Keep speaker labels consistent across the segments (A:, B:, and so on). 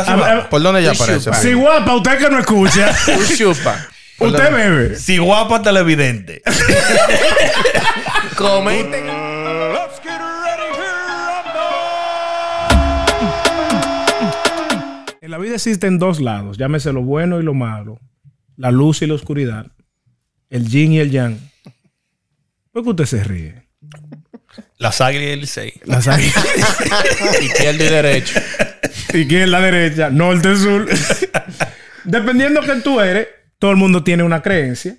A: Ah, ah,
B: ¿Por dónde ya aparece?
A: Si guapa, usted que no escucha,
C: Un chupa.
A: usted bebe.
D: Si guapa televidente.
C: Comenten.
A: En la vida existen dos lados, llámese lo bueno y lo malo, la luz y la oscuridad, el yin y el yang. ¿Por qué usted se ríe?
D: Las águilas y el Licey.
A: Las águilas.
C: Izquierdo y derecho.
A: izquierda, derecha, norte, sur. Dependiendo que tú eres, todo el mundo tiene una creencia.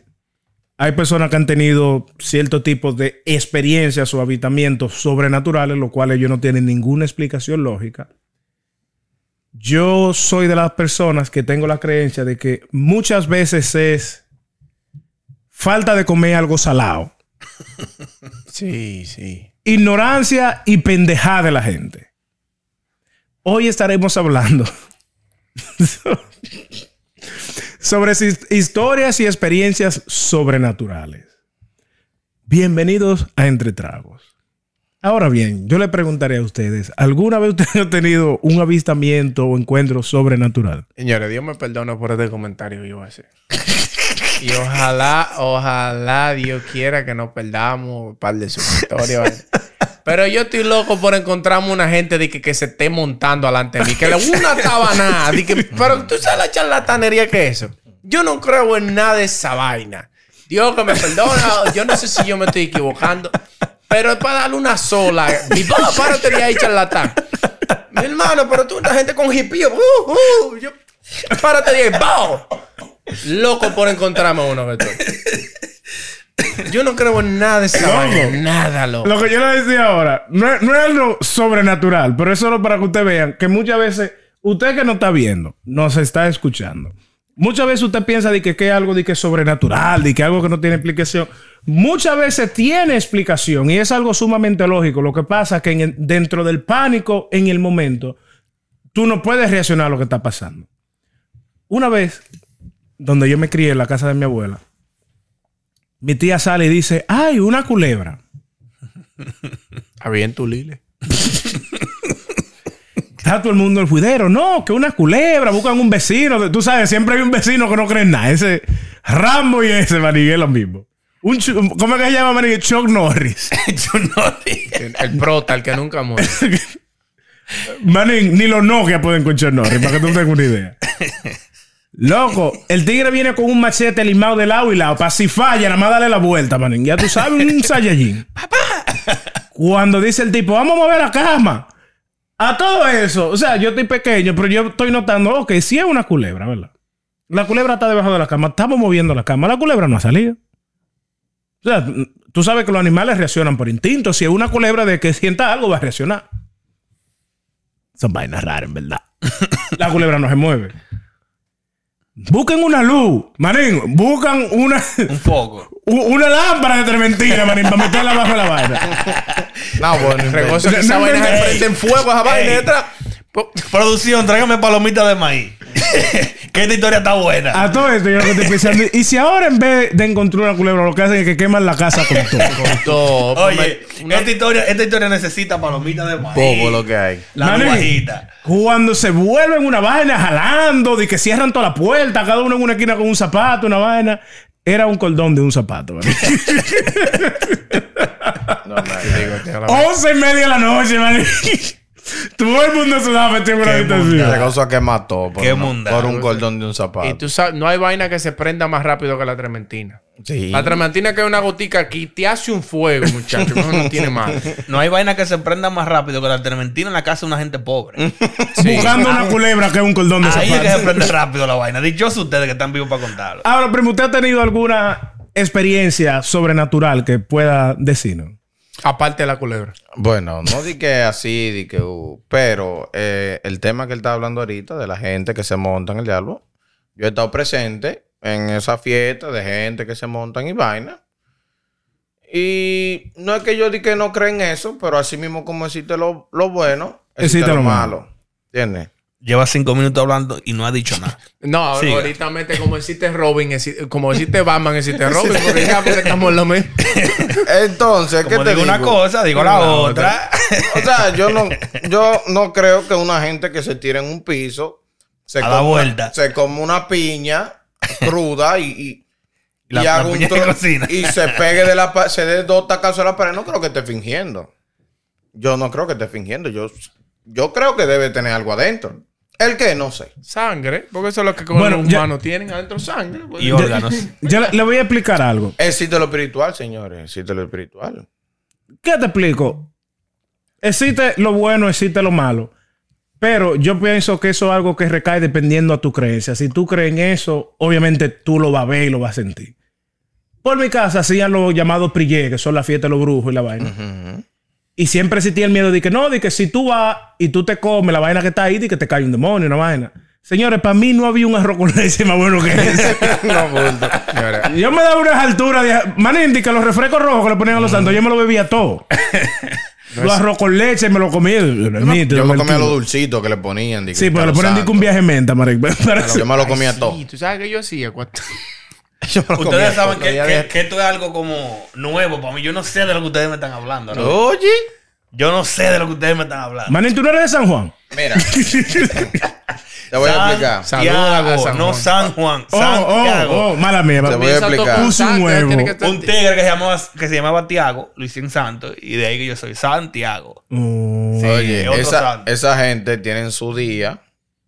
A: Hay personas que han tenido cierto tipo de experiencias o habitamientos sobrenaturales, los cuales ellos no tienen ninguna explicación lógica. Yo soy de las personas que tengo la creencia de que muchas veces es falta de comer algo salado.
C: Sí, sí.
A: Ignorancia y pendejada de la gente. Hoy estaremos hablando sobre his- historias y experiencias sobrenaturales. Bienvenidos a Entre Tragos. Ahora bien, yo le preguntaré a ustedes, ¿alguna vez ustedes han tenido un avistamiento o encuentro sobrenatural?
C: Señores, Dios me perdona por este comentario que yo voy a hacer. Y ojalá, ojalá Dios quiera que no perdamos un par de suscriptores. ¿vale? Pero yo estoy loco por encontrarme una gente de que, que se esté montando alante de mí. Que le una tabanada. de que- pero tú sabes la charlatanería que es eso. Yo no creo en nada de esa vaina. Dios que me perdona. Yo no sé si yo me estoy equivocando. Pero es para darle una sola. Mi papá, párate de ahí, charlatán. Mi hermano, pero tú, una gente con hipío. Uh, uh, yo, párate de ahí, ¡bao! Loco por encontrarme uno, Beto. Yo no creo en nada de esa vaina. Nada, loco.
A: Lo que yo le decía ahora, no, es- no es algo sobrenatural, pero es solo para que ustedes vean que muchas veces, usted que no está viendo, nos está escuchando. Muchas veces usted piensa de que, que es algo de que es sobrenatural, de que algo que no tiene explicación. Muchas veces tiene explicación y es algo sumamente lógico. Lo que pasa es que en el- dentro del pánico, en el momento, tú no puedes reaccionar a lo que está pasando. Una vez, donde yo me crié en la casa de mi abuela, mi tía sale y dice, ¡ay, una culebra!
C: Había en tu lile.
A: Está todo el mundo el juidero. No, que una culebra, buscan un vecino. Tú sabes, siempre hay un vecino que no cree en nada. Ese Rambo y ese Maniguel lo mismo. Un chu- ¿Cómo es que se llama Maniguel? Chuck Norris.
D: Yo no dije.
C: El, el prota, el que nunca muere.
A: Manín, ni los Nokia pueden con Chuck Norris, para que tú tengas una idea. Loco, el tigre viene con un machete limado de lado y lado. Para si falla, nada más dale la vuelta, manín. Ya tú sabes, un Saiyajin. Cuando dice el tipo, vamos a mover la cama. A todo eso. O sea, yo estoy pequeño, pero yo estoy notando, ok, sí es una culebra, ¿verdad? La culebra está debajo de la cama. Estamos moviendo la cama. La culebra no ha salido. O sea, tú sabes que los animales reaccionan por instinto. Si es una culebra de que sienta algo, va a reaccionar. Son vainas raras, en verdad. La culebra no se mueve. Busquen una luz, manín. Buscan una,
D: Un poco.
A: u- una lámpara de trementina, manín, para meterla bajo la vaina.
C: No, bueno, regoso que esa
A: No
C: vaina se
A: inventes.
C: prende en fuego, esa vaina
D: Ey.
C: detrás. Po-
D: Producción, tráigame palomitas de maíz. que esta historia está buena.
A: A todo esto yo lo que estoy pensando. Y si ahora en vez de encontrar una culebra, lo que hacen es que queman la casa con todo.
C: Con todo.
D: Oye,
C: pues, una-
D: esta, historia, esta historia necesita palomitas de maíz.
C: Poco lo que hay.
D: La
A: Manín,
D: guajita.
A: Cuando se vuelven una vaina jalando, de que cierran toda la puerta, cada uno en una esquina con un zapato, una vaina. Era un cordón de un zapato. manín.
C: No, no, digo, tengo la-
A: Once y media de la noche, manín. Todo el mundo se daba metido en una
D: Qué
A: habitación.
D: mundado.
B: Regoso que mató por,
D: Qué
B: una-
D: mundado.
B: por un cordón de un zapato.
C: Y tú sabes, no hay vaina que se prenda más rápido que la trementina.
B: Sí.
C: La trementina que es una gotica aquí te hace un fuego, muchacho. No, no tiene más.
D: No hay vaina que se prenda más rápido que la trementina en la casa de una gente pobre.
A: Buscando una culebra que es un cordón de
D: Ah. Ahí es
A: zapato.
D: que se prende rápido la vaina. Dichosos ustedes que están vivos para contarlo.
A: Ahora, primo, ¿usted ha tenido alguna experiencia sobrenatural que pueda decirnos?
C: Aparte de la culebra.
B: Bueno, no di que así, di que... uh, pero eh, el tema que él estaba hablando ahorita de la gente que se monta en el diablo, yo he estado presente en esa fiesta de gente que se montan y vaina. Y no es que yo di que no creen eso, pero así mismo como existe lo, lo bueno, existe, lo, malo. ¿Entiendes?
D: Lleva cinco minutos hablando y no ha dicho nada.
C: No,
D: Siga.
C: ahorita mete como existe Robin, exi- como existe Batman, existe Robin, porque ya porque estamos en lo mismo.
B: Entonces, ¿qué
D: Como
B: te
D: digo una
B: digo?
D: cosa, digo la
C: La
D: otra.
B: O sea, yo no, yo no creo que una gente que se tire en un piso se
D: A la
B: come-
D: vuelta.
B: Se come una piña cruda y, y,
D: Y la-
B: y
D: la
B: haga un
D: piña
B: tro-
D: que cocina.
B: y se pegue de la pa- se dé dos tacazos a la pared. No creo que esté fingiendo. Yo no creo que esté fingiendo. Yo, yo creo que debe tener algo adentro. El que no sé.
C: Sangre, porque eso es lo que como
A: Bueno,
C: los
A: ya-
C: humanos tienen adentro sangre. pues.
D: Y órganos.
A: Yo le, le voy a explicar algo.
B: Existe lo espiritual, señores. Existe lo espiritual.
A: ¿Qué te explico? Existe lo bueno, existe lo malo. Pero yo pienso que eso es algo que recae dependiendo a tu creencia. Si tú crees en eso, obviamente tú lo vas a ver y lo vas a sentir. Por mi casa hacían los llamados prié, que son la fiesta de los brujos y la vaina. Y siempre existía el miedo de que no, de que si tú vas y tú te comes la vaina que está ahí, de que te cae un demonio, una vaina. Señores, para mí no había un arroz con leche más bueno que ese.
C: no, bulto. Señora,
A: Yo me daba unas alturas de Manín, di que los refrescos rojos que le ponían a los santos, yo me lo bebía todo. los arroz con leche me lo comía.
B: Yo me comía los dulcitos que le ponían. di que
A: Sí, pero le
B: Palo
A: ponen di que un
B: Santo.
A: viaje menta, Maric. Pero eso-
B: Yo me lo comía
C: sí,
B: todo.
C: ¿Tú sabes que yo hacía? cuando-
B: Yo me lo comía
D: Ustedes saben
B: todo.
D: que,
B: Ya
D: que-
B: de-
D: que esto es algo como nuevo para mí. Yo no sé de lo que ustedes me están hablando. ¿no?
B: Oye.
D: Yo no sé de lo que ustedes me están hablando.
A: Manín, tú no eres de San Juan.
B: Mira, te voy a
C: Saludos a
B: explicar.
D: Santiago,
C: San
D: no
C: Juan.
D: San Juan.
A: Oh,
D: Santiago.
A: oh, oh, mala mía.
B: Te voy a explicar.
A: Usa un
C: Sangre,
A: huevo.
C: tiene que estar-
D: Un tigre que se llamaba, que se llamaba Tiago, lo hicieron santo, y de ahí que yo soy Santiago.
A: Oh.
D: Sí,
B: Oye,
D: otro
B: esa,
D: santo.
B: esa gente tiene su día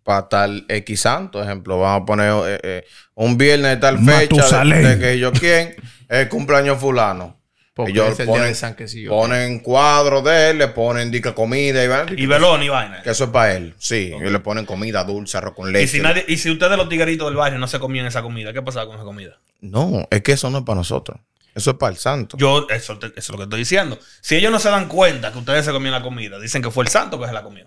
B: para tal X santo. Ejemplo, vamos a poner eh, eh, un viernes de tal fecha
A: Matusalén.
B: de, de que yo quién es cumpleaños fulano.
C: Porque
B: Ellos
C: es el día
B: ponen,
C: de San que sí yo.
B: ponen cuadros de él, le ponen dica comida y, va-
D: Y velón y vaina.
B: que eso es para él. Sí, y le ponen comida dulce, arroz con leche.
D: Y si, nadie, y si ustedes los tigueritos del barrio no se comían esa comida, ¿qué pasaba con esa comida?
B: No, es que eso no es para nosotros. Eso es para el santo.
D: Yo, eso, te- eso es lo que estoy diciendo. Si ellos no se dan cuenta que ustedes se comían la comida, dicen que fue el santo que se la comió.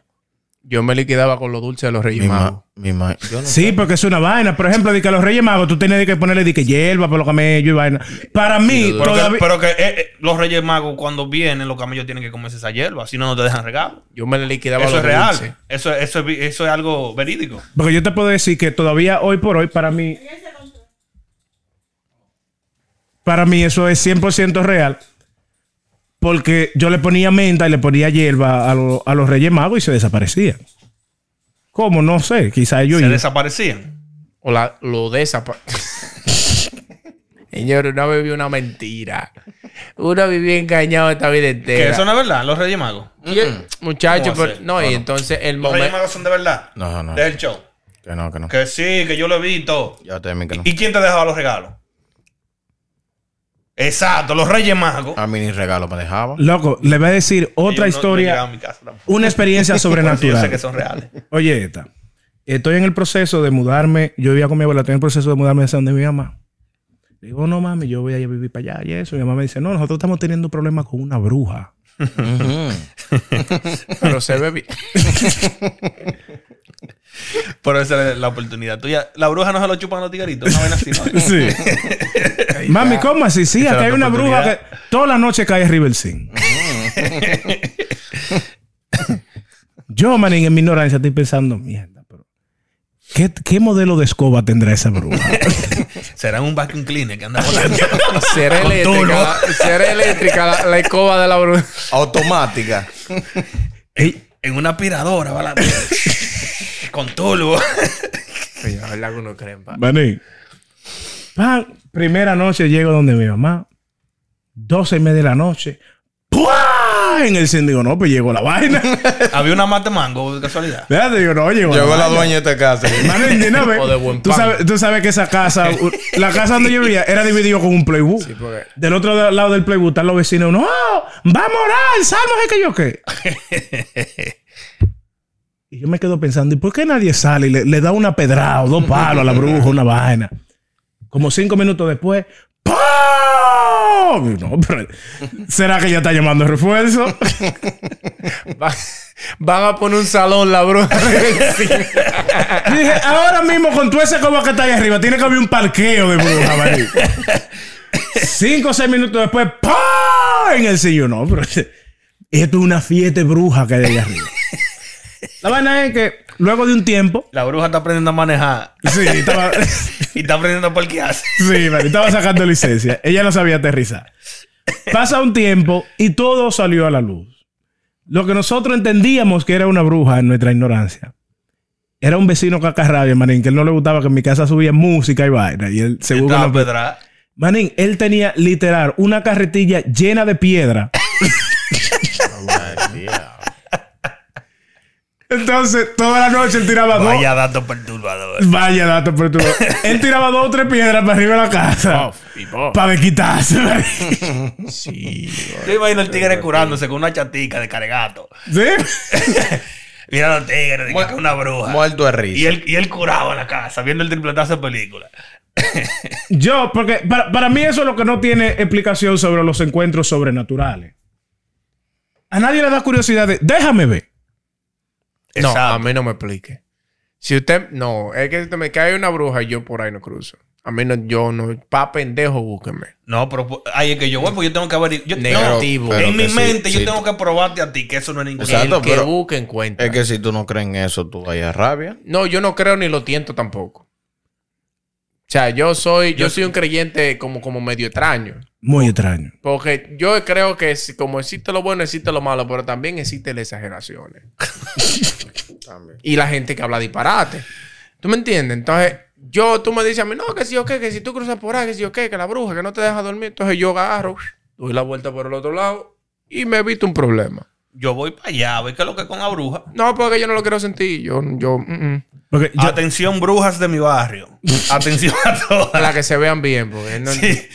C: Yo me liquidaba con los dulces de los Reyes
B: mi
C: Magos.
B: ma, mi ma- yo no-
A: Sí, porque es una vaina. Por ejemplo, de que a los Reyes Magos tú tenías de que ponerle de que hierba por los camellos y vaina. Para mí,
D: Pero que,
A: todavía.
D: pero que, eh, eh, los reyes magos cuando vienen, los camellos tienen que comerse esa hierba, si no, no te dejan regalo.
C: Yo me le liquidaba
D: Eso
C: los
D: es real.
C: dulces.
D: Eso, eso, es vi- eso es algo verídico.
A: Porque yo te puedo decir que todavía hoy por hoy, para mí. Para mí eso es 100% real. Porque yo le ponía menta y le ponía hierba a, lo- a los Reyes Magos y se desaparecían. ¿Cómo? No sé. Quizás ellos.
D: Se
A: iban.
D: desaparecían.
C: O la, lo desapa. Señor, una vez vi una mentira. Una viví engañado esta vida
D: Que
C: entera.
D: eso no es verdad, los reyes magos.
C: Muchachos,
D: ¿Cómo va a
C: pero,
D: ser?
C: no, y entonces el
D: Los reyes
C: momento.
D: magos son de verdad.
B: No, no.
D: Del show.
B: Que no, que no.
D: Que sí, que yo lo he visto.
B: Ya te dije que no.
D: ¿Y quién te dejaba los regalos? Exacto, los reyes magos.
B: A mí ni regalo me dejaban.
A: Loco, le voy a decir otra
D: Ellos no- no llegaban
A: historia.
D: a mi casa tampoco.
A: una experiencia
D: Por eso Yo sé
A: sobrenatural.
D: que son reales.
A: Oye, esta. Estoy en el proceso de mudarme. Yo vivía con mi abuela, estoy en el proceso de mudarme hacia donde mi mamá. Le Digo, no mami, yo voy a vivir para allá y eso. Mi mamá me dice, no, nosotros estamos teniendo problemas con una bruja.
C: Pero se ve bien.
D: Pero esa es la oportunidad tuya. La bruja no se lo chupan los tigritos. Una vaina así, ¿no?
A: Sí. mami, ¿cómo así? Sí,
D: era
A: acá hay
D: tu
A: una bruja que
D: oportunidad.
A: toda la noche cae Riversin. yo, manín, en mi ignorancia estoy pensando, mierda, pero ¿qué, qué modelo de escoba tendrá esa bruja?
D: Será un vacuum cleaner que anda volando.
C: Será
D: Con
C: eléctrica,
D: turbo.
C: la, será eléctrica la, la escoba de la bruja.
B: Automática.
D: en, en una aspiradora, ¿verdad? Con turbo.
C: Oye, la verdad que uno cree, pa.
A: Manín. Pan, primera noche llego donde mi mamá. 12 y media de la noche. ¡Puah! En el cine digo, no, pues llegó la vaina.
D: Había una mate mango, de casualidad.
A: Espérate, digo, no, llegó,
B: Llegó la
A: vaina.
B: dueña de esta casa.
A: Manín, de una vez,
C: O de buen
A: tú,
C: pan.
A: sabes, tú sabes que esa casa, u- la casa donde yo vivía, era dividido con un playbook.
C: porque-
A: Del otro da- lado del playbook están los vecinos. No, va a morar, salmos es que yo qué. y yo me quedo pensando, ¿y por qué nadie sale y le, le da una pedrada o dos palos a la bruja, una vaina? Como cinco minutos después, ¡pum! No, pero, ¿Será que ya está llamando refuerzo?
C: Va- van a poner un salón la bruja.
A: Y dije, ahora mismo con tu ese coba que está ahí arriba, tiene que haber un parqueo de bruja, maní. Cinco o seis minutos después, ¡pah! En el sillón, no, pero esto es una fiesta de bruja que hay ahí arriba. La vaina es que luego de un tiempo,
D: La bruja está aprendiendo a manejar
A: sí, estaba,
D: y está aprendiendo a parquearse.
A: sí, maní, estaba sacando licencia. Ella no sabía aterrizar. Pasa un tiempo y todo salió a la luz. Lo que nosotros entendíamos que era una bruja en nuestra ignorancia Era un vecino cacarrabia, manín, que él no le gustaba que en mi casa subía música y vaina. Y él, según
D: Estaba
A: una-
D: pedra.
A: Manín, él tenía literal una carretilla llena de piedra. Entonces, toda la noche él tiraba dos.
D: Vaya dato perturbador.
A: Vaya dato perturbador. él tiraba dos o tres piedras para arriba de la casa. Para quitarse. manín.
C: Sí.
D: Yo imagino el tigre curándose con una chatica de cargato.
A: ¿Sí?
D: Mira los tigres, de que es una bruja.
B: Muerto de
D: Y
B: risa.
D: él, y él curado en la casa, viendo el tripletazo de película.
A: Yo, porque para, para mí eso es lo que no tiene explicación sobre los encuentros sobrenaturales. A nadie le da curiosidad de, déjame ver.
C: No,
D: Exacto.
C: a mí no me explique. Si usted. No, es que si me cae una bruja, yo por ahí no cruzo. A mí no, yo no. Pa' pendejo, búsqueme.
D: No, pero pu- ahí es que yo voy, porque yo tengo que averiguar. yo- no,
C: Negativo.
B: Pero
D: en
B: que
D: mi
B: sí,
D: mente, yo
B: sí.
D: tengo que probarte a ti que eso no es ningún.
B: Exacto,
C: el que
B: pero-
C: busque encuentra.
B: Es que si tú no crees en eso, tú vayas rabia.
C: No, yo no creo ni lo tiento tampoco. O sea, yo soy, yo,
D: Yo-
C: soy un creyente como, como medio extraño.
A: Muy extraño.
C: Porque yo creo que si- como existe lo bueno, existe lo malo, pero también existen las exageraciones.
B: También.
C: Y la gente que habla disparate. ¿Tú me entiendes? Entonces, yo, tú me dices a mí, no, que si o qué, que si tú cruzas por ahí, que si o qué, que la bruja, que no te deja dormir. Entonces yo agarro, doy la vuelta por el otro lado y me evito un problema.
D: Yo voy para allá, voy que lo que con la bruja.
C: No, porque yo no lo quiero sentir. Yo, yo, mm, mm.
A: Porque yo-
D: Atención, brujas de mi barrio. Atención a
C: A
D: todas.
C: la que se vean bien, porque no-
D: Sí.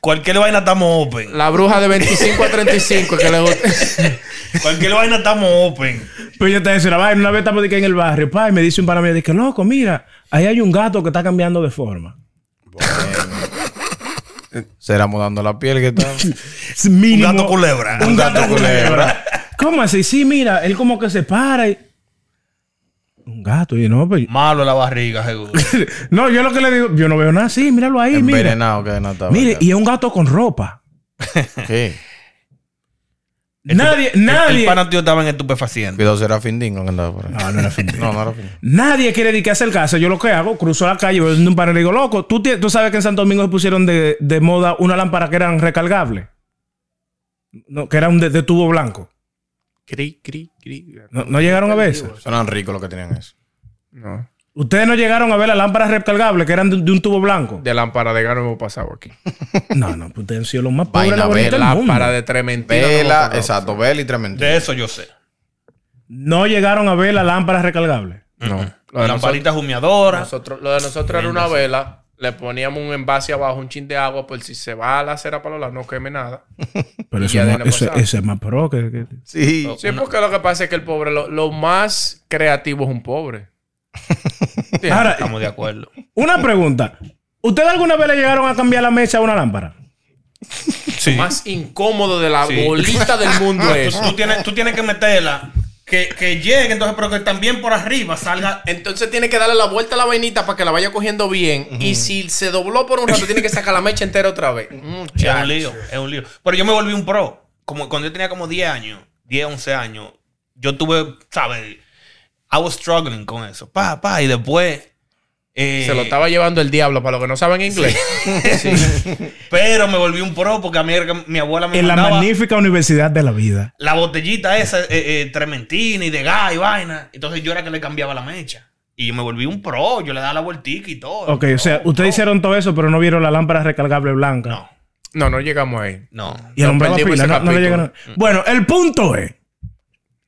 D: Cualquier vaina estamos open.
C: La bruja de 25 a 35 que le gusta.
D: Cualquier vaina estamos open.
A: Pero yo te decía una vaina, una vez estamos de que en el barrio, pa, y me dice un pana mío, de que loco, mira, ahí hay un gato que está cambiando de forma.
B: Será mudando la piel que está.
A: Es mínimo-
D: gato culebra.
A: Un gato
B: Gato
A: culebra.
B: culebra.
A: ¿Cómo así? Sí, mira, él como que se para y... Un gato, y no, pues-
D: Malo la barriga, seguro.
A: No, yo lo que le digo, yo no veo nada así, míralo ahí, mira.
B: envenenado que no está.
A: Mire, y es un gato con ropa.
B: Sí.
A: Nadie,
D: El,
A: nadie...
D: el pana tío estaba en estupefaciente.
B: Cuidado, será Findingo que andaba por ahí.
A: No, no era fin de-
B: No, no era Findingo.
A: Nadie quiere dedicarse al caso. Yo lo que hago, cruzo la calle, voy donde un pana y le digo, loco, ¿tú, tie- tú sabes que en Santo Domingo se pusieron de, de moda una lámpara que eran recargables. No, que eran de, de tubo blanco.
C: Cri, cri, cri.
A: No, no llegaron a ver eso.
B: Sonan ricos los que tenían eso.
C: No.
A: Ustedes no llegaron a ver las lámparas recargables que eran de, de un tubo blanco.
C: De lámpara de gano hemos pasado aquí.
A: No, no, pues ustedes han sido los más pobres
B: Vaina
A: laberintos del
B: vela,
A: mundo.
C: Lámpara de trementino.
B: Vela, exacto, vela y tremendo.
D: De eso yo sé.
A: No llegaron a ver las lámparas recargables.
C: No. Lo de, nosotros,
D: Lamparita humeadora.
C: nosotros- lo de nosotros era una vela. Le poníamos un envase abajo, un chin de agua, por si se va a la cera para los lados, no queme nada.
A: Pero
C: Y
A: eso,
C: ya de
A: no-
C: no
A: eso-
C: pasar.
A: eso es más pro que... que-
B: Sí. Pues,
C: Sí, porque lo que pasa es que el pobre, lo, lo más creativo es un pobre. ¿Entiendes?
A: Ahora,
D: Estamos de acuerdo.
A: una pregunta. ¿Ustedes alguna vez le llegaron a cambiar la mecha a una lámpara?
D: Sí.
C: Lo más incómodo de la
D: Sí.
C: bolita del mundo es
D: Tú,
C: Ah, eso.
D: tú tienes, tú tienes que meterla. Que, que llegue, entonces, pero que también por arriba salga.
C: Entonces tiene que darle la vuelta a la vainita para que la vaya cogiendo bien. Y si se dobló por un rato, tiene que sacar la mecha entera otra vez. Mm,
D: Es
C: chacho.
D: un lío, es un lío. Pero yo me volví un pro. Como cuando yo tenía como 10 años, 10, 11 años, yo tuve, ¿sabes? I was struggling con eso. Pa, pa, y después. eh,
C: Se lo estaba llevando el diablo para los que no saben inglés.
D: Pero me volví un pro porque a mí era que mi abuela me
A: En la
D: mandaba
A: magnífica universidad de la vida.
D: la botellita esa, eh, eh, trementina y de gas y vaina. Entonces yo era que le cambiaba la mecha. Y yo me volví un pro, yo le daba la vueltica y todo.
A: Ok, o sea,
D: Pro,
A: ustedes
D: pro.
A: hicieron todo eso, pero no vieron la lámpara recargable blanca.
D: No,
C: No, no llegamos ahí.
D: no.
A: Y el
C: No
A: hombre la
C: perdimos
A: pila,
C: ese
A: no, no le
C: capítulo.
A: llegaron. Bueno, el punto es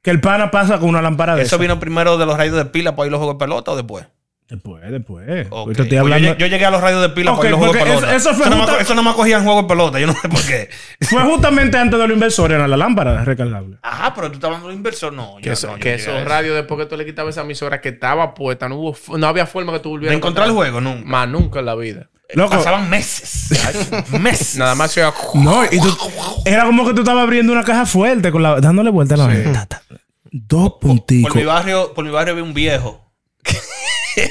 A: que el pana pasa con una lámpara de
D: Eso
A: esas.
D: vino primero de los rayos de pila para ir los juegos de pelota o después.
A: Después, después.
D: Ok.
A: Porque te estoy
D: Pues yo
A: hablando-
D: lle- yo, llegué a los radios de pila
A: Ok,
D: para ir a los juegos de
A: porque
D: pelota.
A: eso- eso fue
D: no me
A: justa-
D: co- eso no me cogían juegos de pelota, yo no sé por qué.
A: Fue justamente antes de los inversores, la lámpara recargable.
D: Ajá, pero tú estás hablando de inversor, no.
C: Que,
D: yo
C: eso-
D: no, yo
C: que
D: llegué a
C: esos
D: eso.
C: radios, después que tú le quitabas esa emisora que estaba puesta, no, hubo, f- no había forma que
D: De
C: tú volvieras.
D: encontrar el
C: para
D: juego,
C: atrás.
D: nunca.
C: Más nunca en la vida.
A: Loco.
D: Pasaban meses. meses.
C: Nada más se oía-
A: No, y tú- era como que tú estabas abriendo una caja fuerte, con la, dándole vuelta a la vaina. Ta, ta. Dos punticos.
D: Por mi barrio, por mi barrio había un viejo.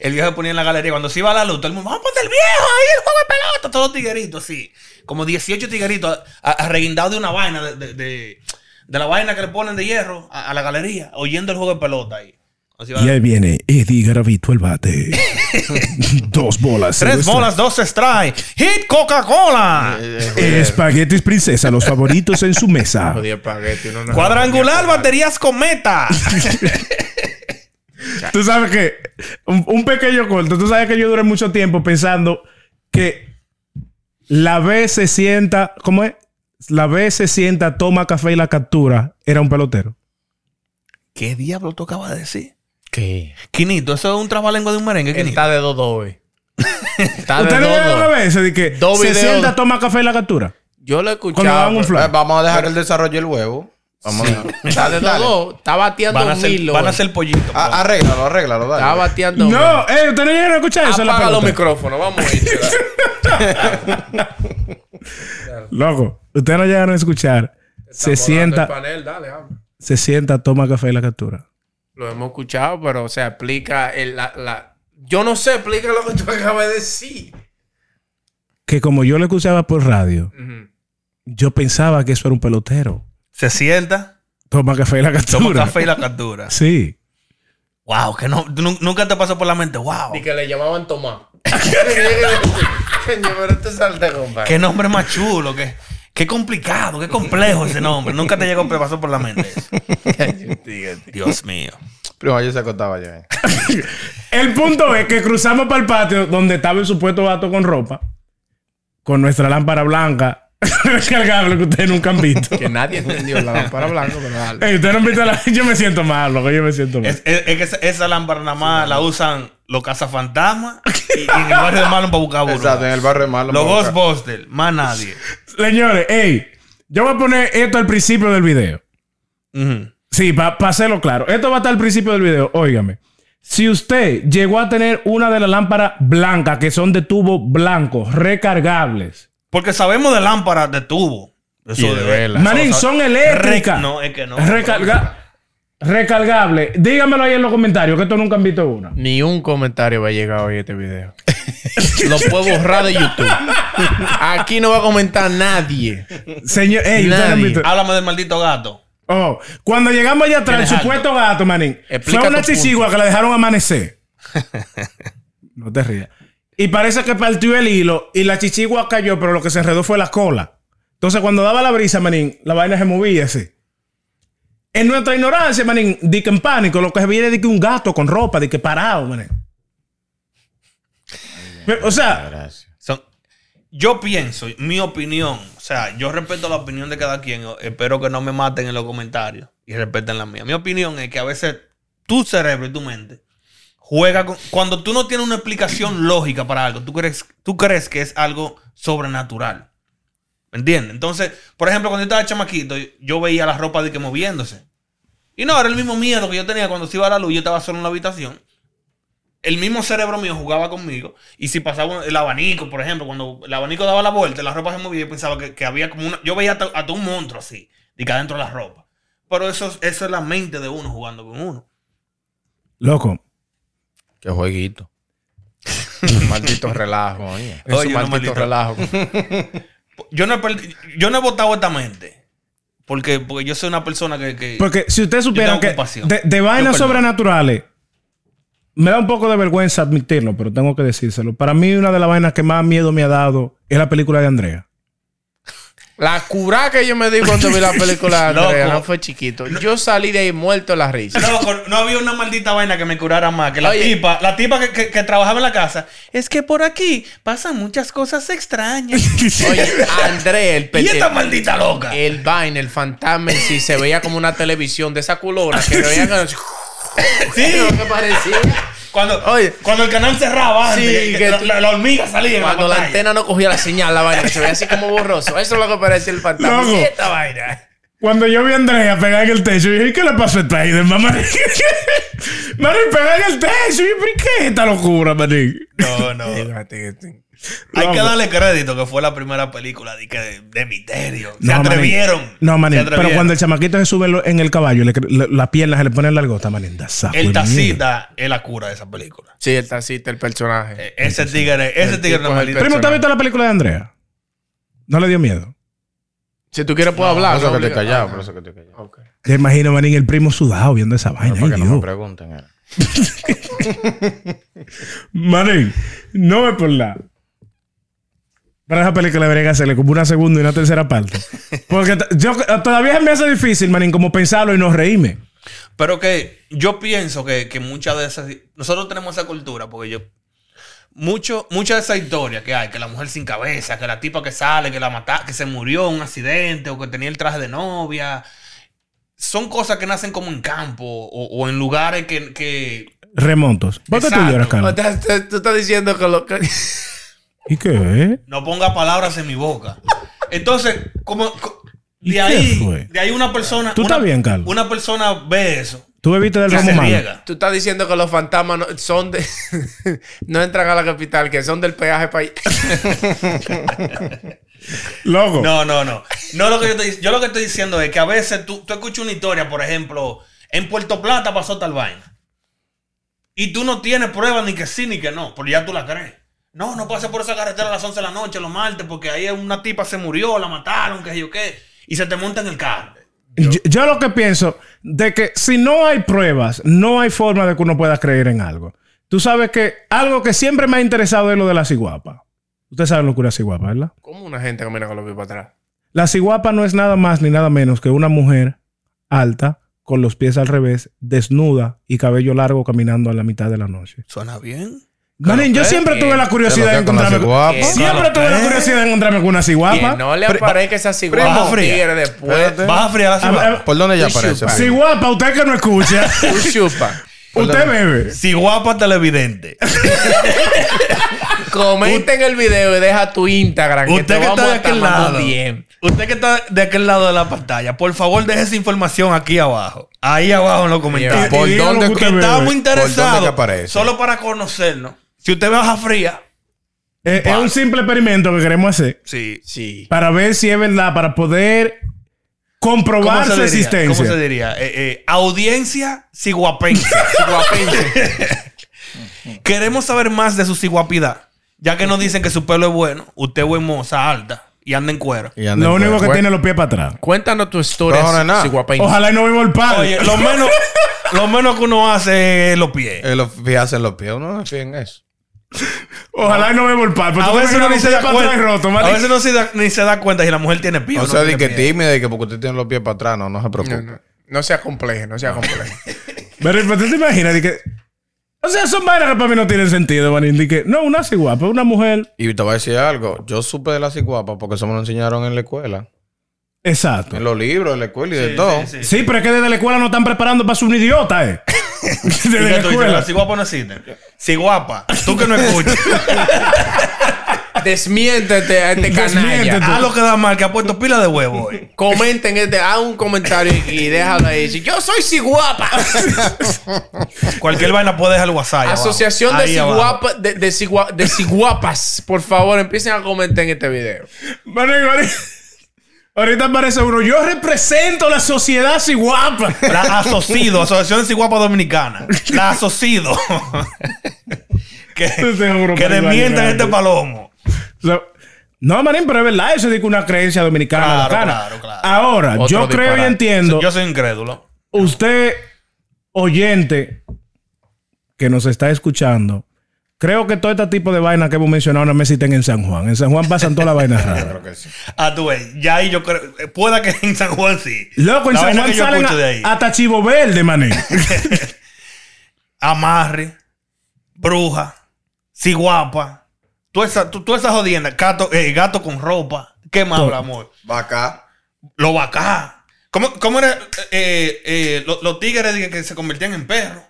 D: el viejo ponía en la galería. Cuando se iba a la luz, todo el mundo, vamos a poner el viejo ahí, el juego de pelota. Todos los tigueritos, sí. Como 18 tigueritos a- arreguindados de una vaina, de, de- de- de la vaina que le ponen de hierro a, a la galería, oyendo el juego de pelota ahí. Cuando se iba a
A: Y
D: la-
A: ahí viene Eddie Garavito el bate. Dos bolas.
D: Tres
A: Nuestra-
D: bolas, dos strikes. Hit Coca-Cola.
A: Espaguetis princesa, los favoritos en su mesa.
C: Jodía espagueti, uno no-
D: Cuadrangular, baterías cometa.
C: nunca.
A: Tú sabes que, un, un pequeño corto, tú sabes que yo duré mucho tiempo pensando que la B se sienta, ¿cómo es? La B se sienta, toma café y la captura, era un pelotero.
D: ¿Qué diablo tú acabas de decir?
B: ¿Qué?
D: Quinito, eso es un trabalengua de un merengue,
C: Él
D: Quinito.
C: está de dodo hoy. Está de
A: ¿Usted no vieron la
C: dodo.
A: B? Se dice que
C: Dos
A: se
C: videos.
A: sienta, toma café y la captura.
C: Yo lo he
A: Cuando daban
C: escuchado.
A: un fly.
B: vamos a dejar que él desarrolle el huevo. Vamos a
C: pero Está de dodo. Está bateando
D: Van a
C: un
D: ser,
C: hilo.
D: van a
C: hoy.
D: ser pollitos.
B: A- Ah, Arréglalo, arréglalo, dale.
C: Está bateando un hilo.
A: No, eh, usted no llegaron a escuchar eso. en la
C: Apaga los
A: pelota?
C: micrófonos. Vamos a ir.
A: Loco, ustedes no llegaron a escuchar. Se sienta,
C: Panel, dale, habla.
A: se sienta, toma café y la captura.
C: Lo hemos escuchado, pero, o sea, explica el- la, la- Yo no sé, explica lo que tú acabas de decir.
A: Que como yo lo escuchaba por radio,
C: Ujú.
A: yo pensaba que eso era un pelotero.
D: Se sienta,
A: Toma café y la
D: toma
A: captura.
D: café y la captura.
A: Sí.
D: Wow, que no, nu- nunca te pasó por la mente. Wow.
C: Y que le llamaban Tomás. Coño, pero te salte, compadre.
D: Qué nombre más chulo, qué, qué complicado, qué complejo ese nombre. Nunca te llegó, pero pasó por la mente. eso. Dios mío.
B: Primo, yo se acostaba ya. eh.
A: El punto es que cruzamos para el patio donde estaba el supuesto vato con ropa, con nuestra lámpara blanca recargable que ustedes nunca han visto.
C: Que nadie entendió la lámpara blanca, pero dale.
A: Ey, ustedes no han visto la... Yo me siento mal, loco, yo me siento mal.
D: Es, es- es que esa, esa lámpara nada más la usan los cazafantasmas y, y en el barrio de Marlon para buscar burro.
B: Exacto, en el barrio ah, de Marlon.
D: Los
B: para buscar.
D: Ghostbusters, más nadie.
A: Señores, ey, yo voy a poner esto al principio del video.
D: Ujú.
A: Sí, para hacerlo claro. Esto va a estar al principio del video. Óigame. Si usted llegó a tener una de las lámparas blancas, que son de tubo blanco, recargables.
D: Porque sabemos de lámparas de tubo. Eso
C: Y de vela.
A: Manín,
D: eso-
A: son eléctricas.
D: Re- no, es que no.
A: Recarga- recargables. Dígamelo ahí en los comentarios, que esto nunca han visto una.
C: Ni un comentario va a llegar hoy a este video. Lo puedo borrar de YouTube. Aquí no va a comentar nadie.
A: Señor, ey, ustedes no han
C: Nadie.
A: visto-
D: Háblame del maldito gato.
A: Oh, cuando llegamos allá atrás, el
D: Tienes
A: supuesto gato, manín.
C: Explica
A: fue una
C: tu punto.
A: chichigua que la dejaron amanecer. no te rías. Y parece que partió el hilo y la chichigua cayó, pero lo que se enredó fue la cola. Entonces, cuando daba la brisa, manín, la vaina se movía así. En nuestra ignorancia, manín, di que en pánico, lo que se veía era de que un gato con ropa, de que parado, manín. Pero, o sea,
B: Gracias.
D: Son- yo pienso, mi opinión, o sea, yo respeto la opinión de cada quien, o- espero que no me maten en los comentarios y respeten la mía. Mi opinión es que a veces tu cerebro y tu mente juega con... Cuando tú no tienes una explicación lógica para algo, tú crees, tú crees que es algo sobrenatural. ¿Me entiendes? Entonces, por ejemplo, cuando yo estaba chamaquito, yo veía la ropa de que moviéndose. Y no, era el mismo miedo que yo tenía cuando se iba la luz, yo estaba solo en la habitación el mismo cerebro mío jugaba conmigo. Y si pasaba un- el abanico, por ejemplo, cuando el abanico daba la vuelta, la ropa se movía, yo pensaba que, que había como una. Yo veía hasta, hasta un monstruo así, de que adentro de la ropa. Pero eso, es- eso es la mente de uno jugando con uno.
A: loco,
B: Qué jueguito.
C: Maldito relajo. Oye, es
D: Oye,
C: un
D: no, maldito.
C: maldito relajo.
D: Yo no he, perdi- yo no he votado esta mente. Porque, porque yo soy una persona que. que-
A: Porque si ustedes
D: tengo
A: supieran que
D: compasión.
A: de, de
D: Yo
A: vainas
D: perdono.
A: sobrenaturales, me da un poco de vergüenza admitirlo, pero tengo que decírselo. Para mí, una de las vainas que más miedo me ha dado es la película de Andrea.
C: La cura que yo me di cuando vi la película de Andrea
D: Loco.
C: no fue chiquito. Yo salí de ahí muerto en la risa.
D: Loco, no había una maldita vaina que me curara más que la
C: Oye.
D: tipa, la tipa que, que- que trabajaba en la casa. Es que por aquí pasan muchas cosas extrañas.
C: Oye, André, el
D: y
C: pete-
D: esta maldita loca.
B: Ah.
C: El vaina, el fantasma en sí se veía como una televisión de esa culona que veían.
D: Sí.
C: lo que parecía.
D: Cuando,
C: Oye.
D: cuando el canal cerraba,
C: Sí,
D: antes, que- que
C: que-
D: la, la- la hormiga salía. en
C: Cuando la
D: pantalla.
C: antena no cogía la señal, la vaina se veía así como borroso. Eso es lo que parecía el fantasma.
A: Loco.
C: ¿Y esta vaina?
A: Cuando yo vi a Andrea pegada en el techo, yo dije, ¿qué le pasó a esta de mamá? Marín, pegada en el techo. Y yo, ¿Pero qué es esta locura, manín?
D: No, no. Hay que darle crédito que fue la primera película de, que- de, misterio. Se
A: No, manín.
D: atrevieron.
A: No, manín.
D: Se
A: Pero
D: atrevieron.
A: cuando el chamaquito se sube lo- en el caballo, le, le- la pierna se le pone largota, manín. Da saco de
D: El
A: miedo.
D: tacita es la cura de esa película.
C: Sí, el tacita, el personaje.
D: E- Ese tigre, ese
C: El
D: tigre
C: tipo
D: no
C: es el
D: maldito.
A: Primo, ¿usted ha visto la película de Andrea? ¿No le dio miedo?
C: Si tú quieres, puedo
B: Por
C: hablar.
B: eso
C: no
B: que te
C: obliga-
B: callaba, por eso que te callaba.
C: Ok.
A: Yo imagino, manín, el primo sudado viendo esa vaina.
B: Para que
A: Ay,
B: no me
A: Dios.
B: pregunten. era.
A: Manín, no es por la. Para esa película debería hacerle como una segunda y una tercera parte. Porque t- yo eh, todavía me hace difícil, manín, como pensarlo y no reírme.
D: Pero que yo pienso que, que muchas de esas. Nosotros tenemos esa cultura, porque yo. Mucho, mucha de esa historia que hay, que la mujer sin cabeza, que la tipa que sale, que la mata, que se murió en un accidente o que tenía el traje de novia, son cosas que nacen como en campo o, o en lugares que, que-
A: Remontos. ¿Por qué tú
D: Exacto.
A: lloras, Carlos?
C: O sea, te- Tú estás diciendo que lo que...
A: ¿Y qué?
D: no ponga palabras en mi boca. Entonces, como co-
A: ¿Y qué
D: de ahí,
A: fue?
D: de ahí una persona,
A: ¿Tú
D: una-
A: estás bien, Carlos?
D: una persona ve eso
A: ¿Tú bebiste del
D: y
A: romo
D: se
A: malo?
D: riega.
C: Tú estás diciendo que los fantasmas no- son de... no entran a la capital, que son del peaje para
A: Loco.
D: No, no, no. No lo que yo, te, dic- yo lo que estoy diciendo es que a veces tú, tú escuchas una historia, por ejemplo, en Puerto Plata pasó tal vaina. Y tú no tienes pruebas ni que sí ni que no, porque ya tú la crees. No, no pases por esa carretera a las 11 de la noche, los martes, porque ahí una tipa se murió, la mataron, qué sé yo qué, y se te monta en el carro.
A: Yo, yo lo que pienso de que si no hay pruebas, no hay forma de que uno pueda creer en algo. Tú sabes que algo que siempre me ha interesado es lo de la ciguapa. Usted sabe lo que es una ciguapa, ¿verdad?
C: ¿Cómo una gente camina con los pies para atrás?
A: La ciguapa no es nada más ni nada menos que una mujer alta, con los pies al revés, desnuda y cabello largo caminando a la mitad de la noche.
D: ¿Suena bien?
A: Manín, yo siempre tuve la curiosidad de encontrarme con...
B: guapa.
A: Siempre tuve la curiosidad de encontrarme con una ciguapa.
C: Que no le
B: Pri-
C: aparezca esa
B: Primo
C: ciguapa
B: fría.
C: tigre después.
B: Espérate.
D: Vas a friar la
A: A-
D: ciguapa.
A: a-
B: ¿Por dónde ya
C: Tú
B: aparece?
C: chupas.
A: Ciguapa, usted que no escucha,
C: Un chupa.
A: usted bebe.
D: Ciguapa televidente.
C: Comenta en el video y deja tu Instagram. Que te
D: Usted que
C: vamos
D: está de
C: a estar
D: aquel lado.
C: mandando bien.
D: Usted que está de aquel lado de la pantalla, por favor, deje esa información aquí abajo. Ahí abajo en los comentarios.
A: Y- y
B: ¿Por
A: diga lo que
B: dónde que
A: usted
D: que
A: bebe.
D: estamos
B: ¿Por dónde que
D: interesados
B: aparece?
D: solo para conocernos. Si usted baja fría,
A: Eh, Es un simple experimento que queremos hacer.
D: sí.
C: Sí.
A: para ver si es verdad, para poder comprobar su existencia.
D: ¿Cómo se diría? Eh, eh, audiencia ciguapense. Queremos saber más de su ciguapidad. Ya que nos dicen que su pelo es bueno, usted es buen moza, alta y anda en cuero.
B: Y anda
A: Lo
B: en
A: único que
B: cuero.
A: tiene los pies para atrás.
C: Cuéntanos tu historia,
B: No, no, no.
C: ciguapeña.
A: Ojalá y no vemos el pan.
D: Oye, lo menos, lo menos que uno hace es los pies.
B: Eh, los fijarse en los pies. Uno no se fija en eso.
A: Ojalá y no vemos el pan. Pero
D: A
A: tú
D: veces
A: ves
D: uno
A: que
D: ni se da
A: los pies para atrás
D: cuenta.
A: roto,
D: a
A: Mati.
D: veces no se da, ni se da cuenta si la mujer tiene pie.
B: O sea,
D: no
B: de que
D: tiene pie.
B: tímida y que porque usted tiene los pies para atrás. No, no se preocupe.
C: No, no. No sea complejo, no sea complejo.
A: Pero, pero tú te imaginas de que. O sea, son vainas que para mí no tienen sentido, Manín. De que, no, una así guapa, una mujer.
B: Y te voy a decir algo. Yo supe de la ciguapa porque eso me lo enseñaron en la escuela.
A: Exacto.
B: En los libros, en la escuela y de
D: Sí,
B: todo.
D: sí, sí.
A: Sí, pero es que desde la escuela no están preparando para ser un idiota, eh.
D: Y
A: desde la
D: que tú dices,
A: escuela.
D: "No, Si guapa no existe. Si guapa, tú que no escuchas.
C: Desmiéntete a este
A: Desmiéntete.
C: canalla.
D: Haz lo que da mal, que ha puesto pila de huevo hoy.
C: Comenten, este, haz un comentario y, y déjalo ahí. Si Yo soy ciguapa.
D: Cualquier vaina puede dejar el WhatsApp. ahí abajo.
C: Asociación de,
D: Ahí abajo.
C: ciguapa, de, de, cigua- de ciguapas. Por favor, empiecen a comentar en este video.
A: Manín, Manín. Ahorita aparece uno. Yo represento la sociedad así guapa.
D: La Asocido, Asociación de Ciguapa Dominicana. La Asocido. que
A: Te juro,
D: que
A: Manuel,
D: desmientan
A: Manuel.
D: este palomo.
A: O sea, no, Marín, pero es verdad, eso es de que una creencia dominicana.
D: Claro,
A: bacana.
D: claro, claro.
A: Ahora,
C: Otro
A: yo creo y
C: disparate.
A: entiendo,
D: Yo soy incrédulo.
A: usted, oyente, que nos está escuchando, creo que todo este tipo de vainas que hemos mencionado no me existen en San Juan. En San Juan pasan todas las vainas raras.
B: Creo que sí.
D: Ah, tú ves, ya ahí yo creo. eh, Pueda que en San Juan sí.
A: Loco, en
D: La
A: San
D: vaina
A: Juan
D: que yo
A: salen
D: escucho de ahí.
A: a- hasta Chivo Verde, mané.
D: Amarre, bruja, ciguapa. Tú esa, tú, tú esa jodienda, gato, eh, gato con ropa. ¿Qué más,
A: Todo.
D: amor?
B: Va acá.
D: Los vacas. ¿Cómo, ¿Cómo era eh, eh, lo- los, tigres que, que se convertían en perros?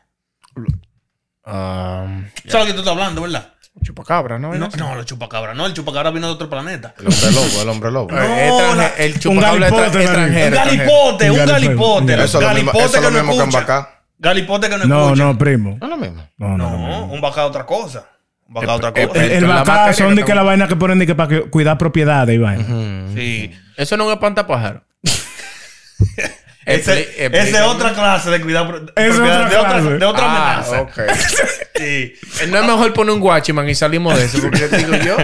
D: ¿Sabes de lo que tú estás hablando, verdad?
C: chupacabra, ¿no?
D: No, no, los chupacabras. No, el chupacabra vino de otro planeta.
B: El hombre lobo, el hombre lobo.
C: Eh, extranje-
D: la-
C: el chupacabra
A: galipote,
C: extra- extranjero.
D: Un
C: extranjero.
D: galipote, un
A: Un galipote,
D: galipote.
A: un
B: Eso es lo mismo, eso
D: Galipote
B: es
D: que
B: lo
D: no
B: mismo que en
D: escucha.
B: Bacá.
D: Galipote que no
A: No,
D: escucha.
A: no, primo.
B: No es lo mismo.
A: No, no, no.
D: No, un vaca es otra cosa. Un vaca es otra cosa.
A: El,
C: eh,
A: el
C: la
A: bacá
C: materia
A: son
C: que
A: de que la
C: estamos-
A: vaina que ponen de que para que- cuidar propiedades y vaina.
D: Sí.
C: Eso no es un espantapájaro.
D: Ese- Esa
C: Expli-
D: es
C: explícame.
D: otra clase de cuidado. pro-
A: Es
D: propiedad-
A: otra
D: de, otra,
A: clase.
D: de otra
C: Ah,
D: amenaza.
C: ok.
D: Sí.
C: Eh, No es mejor poner un guachiman y salimos de eso, porque digo yo.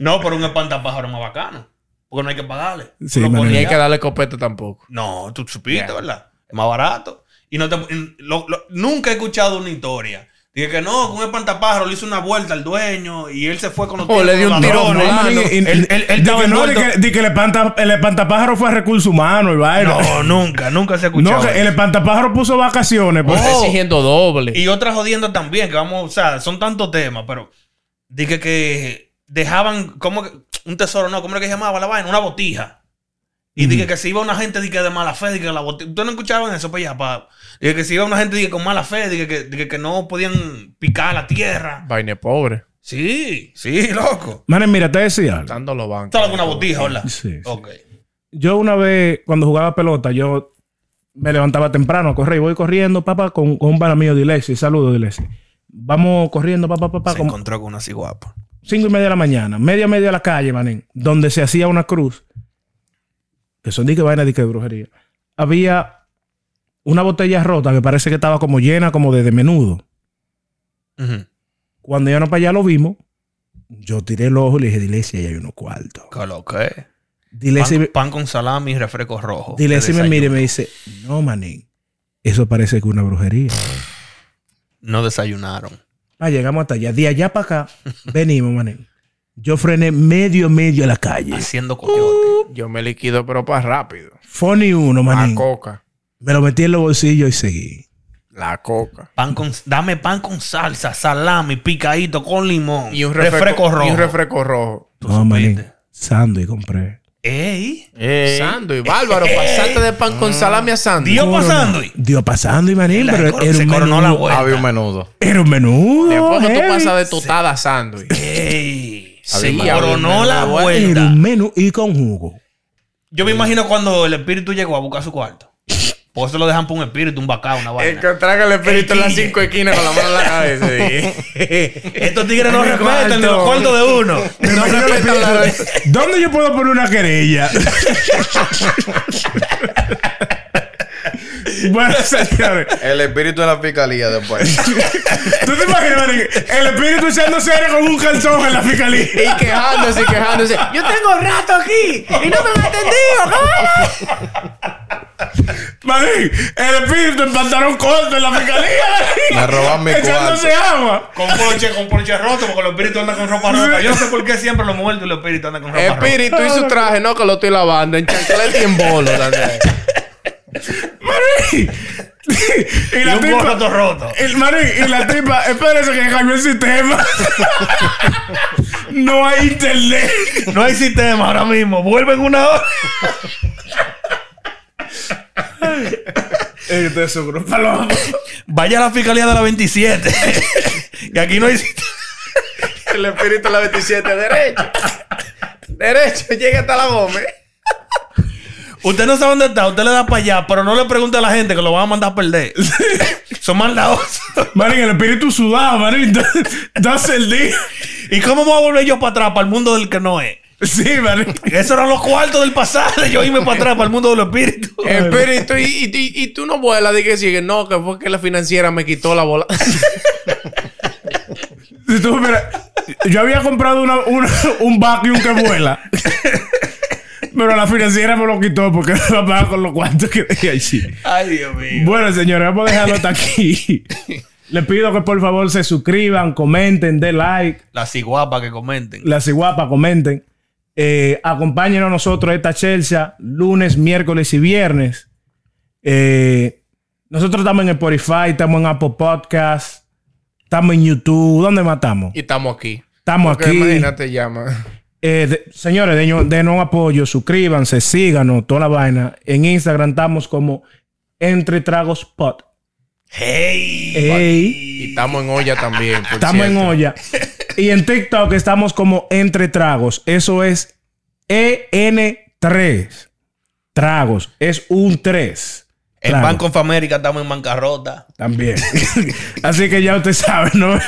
D: No, pero un espantapájaro es más bacano. Porque no hay que pagarle.
A: Sí,
D: Lo
A: maní.
D: pones
C: Ni hay
D: ya.
C: que darle copeta tampoco.
D: No, tú supiste,
C: Ya.
D: ¿verdad? Es más barato. Y no te- lo- lo- nunca he escuchado una historia Dije que no, con un espantapájaro le hizo una vuelta al dueño y él se fue con los
C: O le dio un
D: con los
C: tiro
D: balones.
C: fulano.
A: Manín, y- y-
D: Él- él- él
A: di
D: estaba
A: que no, di
D: envuelto.
A: que, di que el, espanta- el espantapájaro fue a recursos humanos y vaina.
D: No, nunca, nunca se escuchó.
A: No, que el espantapájaro puso vacaciones.
D: Oh.
A: pues.
C: Está exigiendo doble.
D: Y otras jodiendo también, que vamos, o sea, son tantos temas, pero dije que dejaban, como que- un tesoro, no, ¿cómo era que se llamaba la vaina? Una botija. Y dije que si iba una gente dije, de mala fe, dije que la botija. ¿Ustedes no escuchaban eso para allá? Pa? Dije que si iba una gente dije, con mala fe, dije que, dije que no podían picar la tierra.
C: Vaina pobre.
D: Sí, sí, loco.
A: Manín, mira, te decía algo.
C: Dando los bancos.
D: Estaba con una botija, hola.
A: Sí, sí.
D: Ok.
A: Yo una vez, cuando jugaba pelota, yo me levantaba temprano a correr y voy corriendo, papá, con, con un pana mío, Dilexi. Saludos, Dilexi. Vamos corriendo, papá, papá,
D: Se
A: como
D: encontró con una así guapa.
A: cinco y media de la mañana, media, media de la calle, manín, donde se hacía una cruz, que son dique vaina, dique de brujería. Había una botella rota que parece que estaba como llena, como de, de menudo.
D: Ujú.
A: Cuando ya no para allá lo vimos, yo tiré el ojo y le dije, Dilexi, ahí hay unos cuartos.
D: ¿Qué eh. lo que?
A: Dilexi,
D: Pan, pan con salami y refrescos rojos.
A: Dile
D: de
A: si me mira y
D: desayuno.
A: me dice, no, manín, eso parece que una brujería.
D: No desayunaron.
A: Ah, llegamos hasta allá. De allá para acá, venimos, manín. Yo frené medio, medio a la calle.
D: Haciendo coqueote.
C: Yo me liquido, pero para rápido.
A: Funny uno,
C: La
A: manín.
C: coca.
A: Me lo metí en los bolsillos y seguí.
C: La coca.
D: Pan con, dame pan con salsa, salami, picadito con limón.
C: Y un refresco,
D: rojo.
C: Y un refresco rojo.
A: No, manín.
D: supiste.
A: Sándwich compré.
D: ¡Ey!
B: Eh,
C: Sándwich. Bárbaro. Pasante de pan con salami a sándwich.
D: Eh. Ah. Dios pasando.
A: Dio pasando y manín,
D: La
A: pero
D: cor-
A: era
D: se
A: un
D: coronó
A: menudo.
D: la vuelta.
B: Había un menudo.
A: Era un menudo.
C: Después que tú
A: heavy.
C: pasas de totada a sándwich.
D: ¡Ey! Se
C: Había-
D: coronó
C: había-
D: la
C: había-
A: Era
D: vuelta.
A: un menú y con jugo.
D: Yo me imagino cuando el espíritu llegó a buscar su cuarto. Por eso lo dejan para un espíritu, un bacá, una
C: El
D: vaina.
C: que traga el espíritu en las
D: Ey,
C: cinco esquinas con la mano en la cabeza. dije.
D: Estos tigres no
C: Mi
D: respetan ni los
C: cuarto.
D: cuartos de uno.
C: No respetan la
A: ¿Dónde yo puedo poner una querella? bueno, señores.
B: El espíritu de la fiscalía después.
A: ¿Tú te imaginas, Marín? El espíritu echando serie con un cartón en la fiscalía.
C: Y quejándose, y quejándose. Yo tengo rato aquí y no me han atendido. ¿cómo?
A: Marín, el espíritu en pantalón corto en la fiscalía. Marín.
B: Me roban mi
A: Echándose agua.
D: Con ponche, con ponche roto, porque los espíritus andan con ropa rota. Yo no sé por qué siempre los muertos y los espíritus andan con ropa rota.
C: Espíritu y su traje, no, que lo estoy lavando. En chancleta y en bolo. Daniel.
A: Marín. Y
D: Y
A: la
D: un
A: tipa.
D: gorro roto.
A: El Marín, y la tipa, espérese que cambió el sistema. no hay internet.
D: No hay sistema ahora mismo. Vuelven una hora.
A: Entonces, seguro, paloma.
D: Vaya a la fiscalía de la 27. que aquí no hay sistema.
C: El espíritu de la 27, derecho. Derecho, llega hasta la Gómez.
D: Usted no sabe dónde está. Usted le da para allá, pero no le pregunte a la gente que lo van a mandar a perder. Son maldadosos.
A: Marín, el espíritu sudado, Marín. Das el día.
D: ¿Y cómo voy a volver yo para atrás, para el mundo del que no es?
A: Sí, Marín.
D: Esos eran los cuartos del pasado. Yo irme para atrás, para el mundo de los espíritus.
C: Espíritu, y, y- y- y tú no vuelas. Dije, sigue, no, que fue que la financiera me quitó la bola.
A: Si tú supieras, yo había comprado una, una- un vacuum que vuela. Pero la financiera me lo quitó porque no me pagaba con los cuantos que tenía allí.
D: Ay, Dios mío.
A: Bueno, señores, vamos a dejarlo hasta aquí. Les pido que por favor se suscriban, comenten, den like,
D: La ciguapa que comenten.
A: las iguapas comenten. Eh, acompáñenos nosotros a esta Chelsea lunes, miércoles y viernes. Eh, nosotros estamos en Spotify, estamos en Apple Podcast, estamos en YouTube. ¿Dónde matamos?
C: Y estamos aquí.
A: Estamos
C: Porque
A: aquí.
C: imagínate, llama.
A: Eh, de- señores, denos de no apoyo, suscríbanse, síganos, toda la vaina. En Instagram estamos como Entre Tragos Pod.
D: ¡Hey!
A: Ey.
C: Y estamos en olla también. por
A: Estamos en
C: cierto.
A: olla. Y en TikTok estamos como Entre Tragos. Eso es EN3. Tragos. Es un 3.
D: En
A: Trago.
D: Banco of América estamos en bancarrota.
A: También. Así que ya usted sabe, ¿no?